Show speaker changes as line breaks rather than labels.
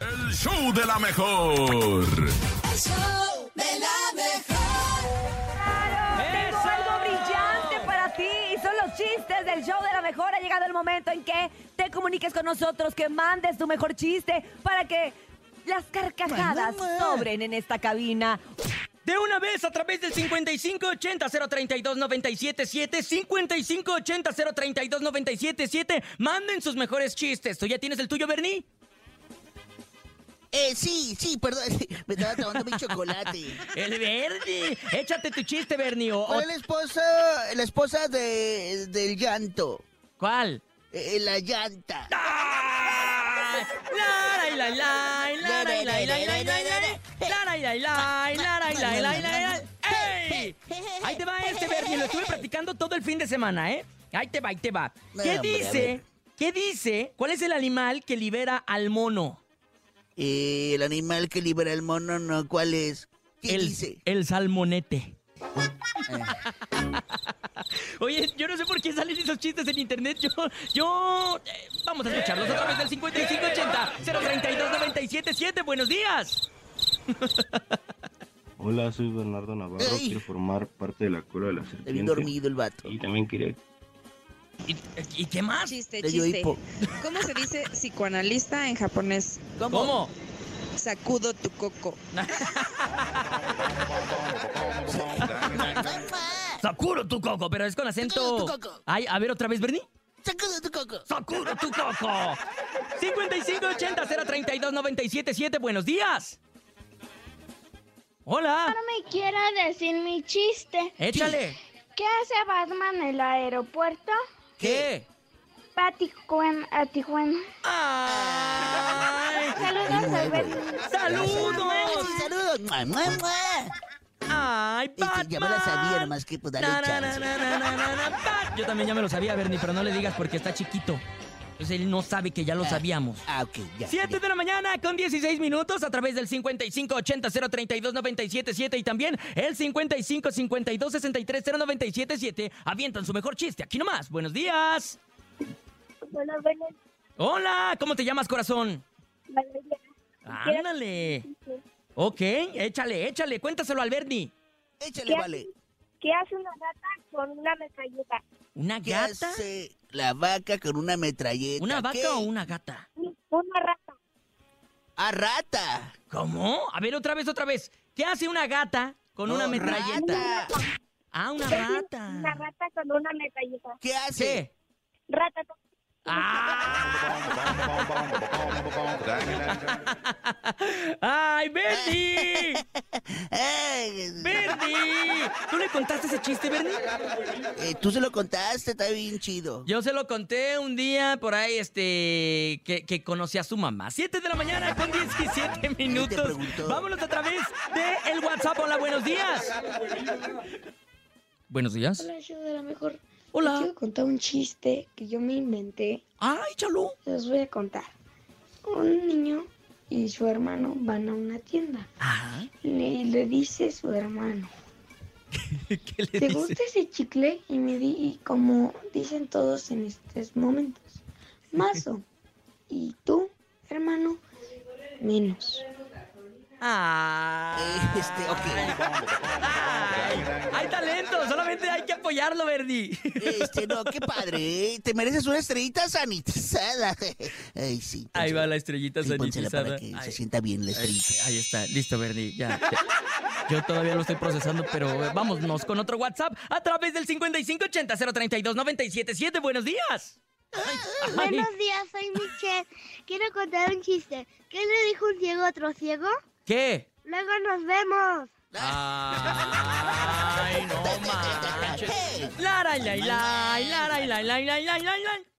el show de la mejor.
El show de la mejor.
Tengo algo brillante para ti y son los chistes del show de la mejor. Ha llegado el momento en que te comuniques con nosotros, que mandes tu mejor chiste para que las carcajadas sobren en esta cabina.
De una vez a través del 5580-032-977, 5580-032-977, manden sus mejores chistes. ¿Tú ya tienes el tuyo, Bernie?
Eh, sí, sí, perdón, me estaba tomando mi chocolate.
El verde. Échate tu chiste, Bernie. o- o-
¿Cuál es la esposa, la esposa de, del llanto?
¿Cuál?
Eh, la llanta.
¡Ah! Larai, lai, lai, larai, lai, lai, lai, lai, lai, larai, lai, lai, larai, lai, lai, lai, lai. ¡Ey! Ahí te va este, Bernie. Lo estuve practicando todo el fin de semana, ¿eh? Ahí te va, ahí te va.
Hombre,
¿Qué
a
dice?
ver.
¿Qué dice? ¿Cuál es el animal que libera al mono?
Eh, el animal que libera el mono, no, ¿cuál es? ¿Qué
el,
dice?
El salmonete. Oye, yo no sé por qué salen esos chistes en internet. Yo, yo. eh, vamos a escucharlos a través del 5580-032-977. Buenos días.
Hola, soy Bernardo Navarro,
Ey.
quiero formar parte de la cola de la
Está bien
serpiente.
dormido el vato.
Y también quería
¿Y, y qué más?
Chiste,
Le dio
chiste.
hipo.
¿Cómo se dice psicoanalista en japonés?
¿Cómo?
Sacudo tu coco.
Sakuro tu coco, pero es con acento.
Sakuro tu coco.
Ay, a ver otra vez, Bernie.
Sacudo tu coco.
Sakuro tu coco. 5580-032-977. Buenos días. Hola.
me quiero decir mi chiste.
Échale.
¿Qué hace Batman en el aeropuerto?
¿Qué?
Va a Tijuana. A Tijuana.
¡Ay!
Saludos al Bernie.
¡Saludos!
Sí, saludos. Mua, mua, mua.
¡Ay, Batman!
Este, ya me la sabía, nomás que pues dale
Na, na,
chance.
na, na, na, na, na, Bat- Yo también ya me lo sabía, Bernie, pero no le digas porque está chiquito. Entonces él no sabe que ya lo sabíamos.
Ah, ok, ya.
7
ya.
de la mañana con 16 minutos a través del 5580-032-977 y también el 5552-630977. Avientan su mejor chiste. Aquí nomás. Buenos días.
Hola, buenos
Hola, ¿cómo te llamas, corazón?
días.
Ándale. Ok, échale, échale. Cuéntaselo al Bernie.
Échale, vale.
¿Qué hace una gata con una metralleta?
¿Una
¿Qué
gata?
hace la vaca con una metralleta?
¿Una vaca
¿Qué?
o una gata?
Una rata.
¡A Ah, rata!
¿Cómo? A ver, otra vez, otra vez. ¿Qué hace una gata con una
No,
metralleta?
Oh, rata.
Ah, una
¿Qué hace
rata.
Una rata con una metralleta.
¿Qué hace?
¿Qué?
Rata.
¡Ah! ¡Ay, Bernie!
Ay,
¡Bernie! ¿Tú le contaste ese chiste, Bernie?
eh, tú se lo contaste, está bien chido.
Yo se lo conté un día por ahí, este, que, que conocí a su mamá. 7 de la mañana con 17 minutos.
preguntó.
Vámonos a través de el WhatsApp. Hola, buenos días. Buenos días.
Hola, yo de la mejor.
Hola.
Les quiero contar un chiste que yo me inventé.
¡Ay, Chalú!
Se los voy a contar. Un niño y su hermano van a una tienda.
Ah.
Ajá.
Y le dice su hermano,
¿Qué le
¿te
dice?
gusta ese chicle? Y me di, y como dicen todos en estos momentos, mazo. ¿Y tú, hermano? Menos.
Ah.
Este, ok.
Ay, hay talento, solamente hay que apoyarlo, Verdi.
Este, no, qué padre, ¿eh? Te mereces una estrellita sanitizada. Ay, sí.
Ahí
pónsela.
va la estrellita
Sí, pónsela
sanitizada.
para que se
Ay,
sienta bien la
ahí,
estrellita.
ahí está, listo, Verdi. Ya. Yo todavía lo estoy procesando, pero eh, vámonos con otro WhatsApp a través del 5580-032-977. Buenos días. Ay, ay.
Buenos días, soy Michelle. Quiero contar un chiste. ¿Qué le dijo un ciego a otro ciego?
¿Qué?
Luego nos vemos.
Ay, no manches. Lara, la, la, la, la, la, la, la, la, la, la.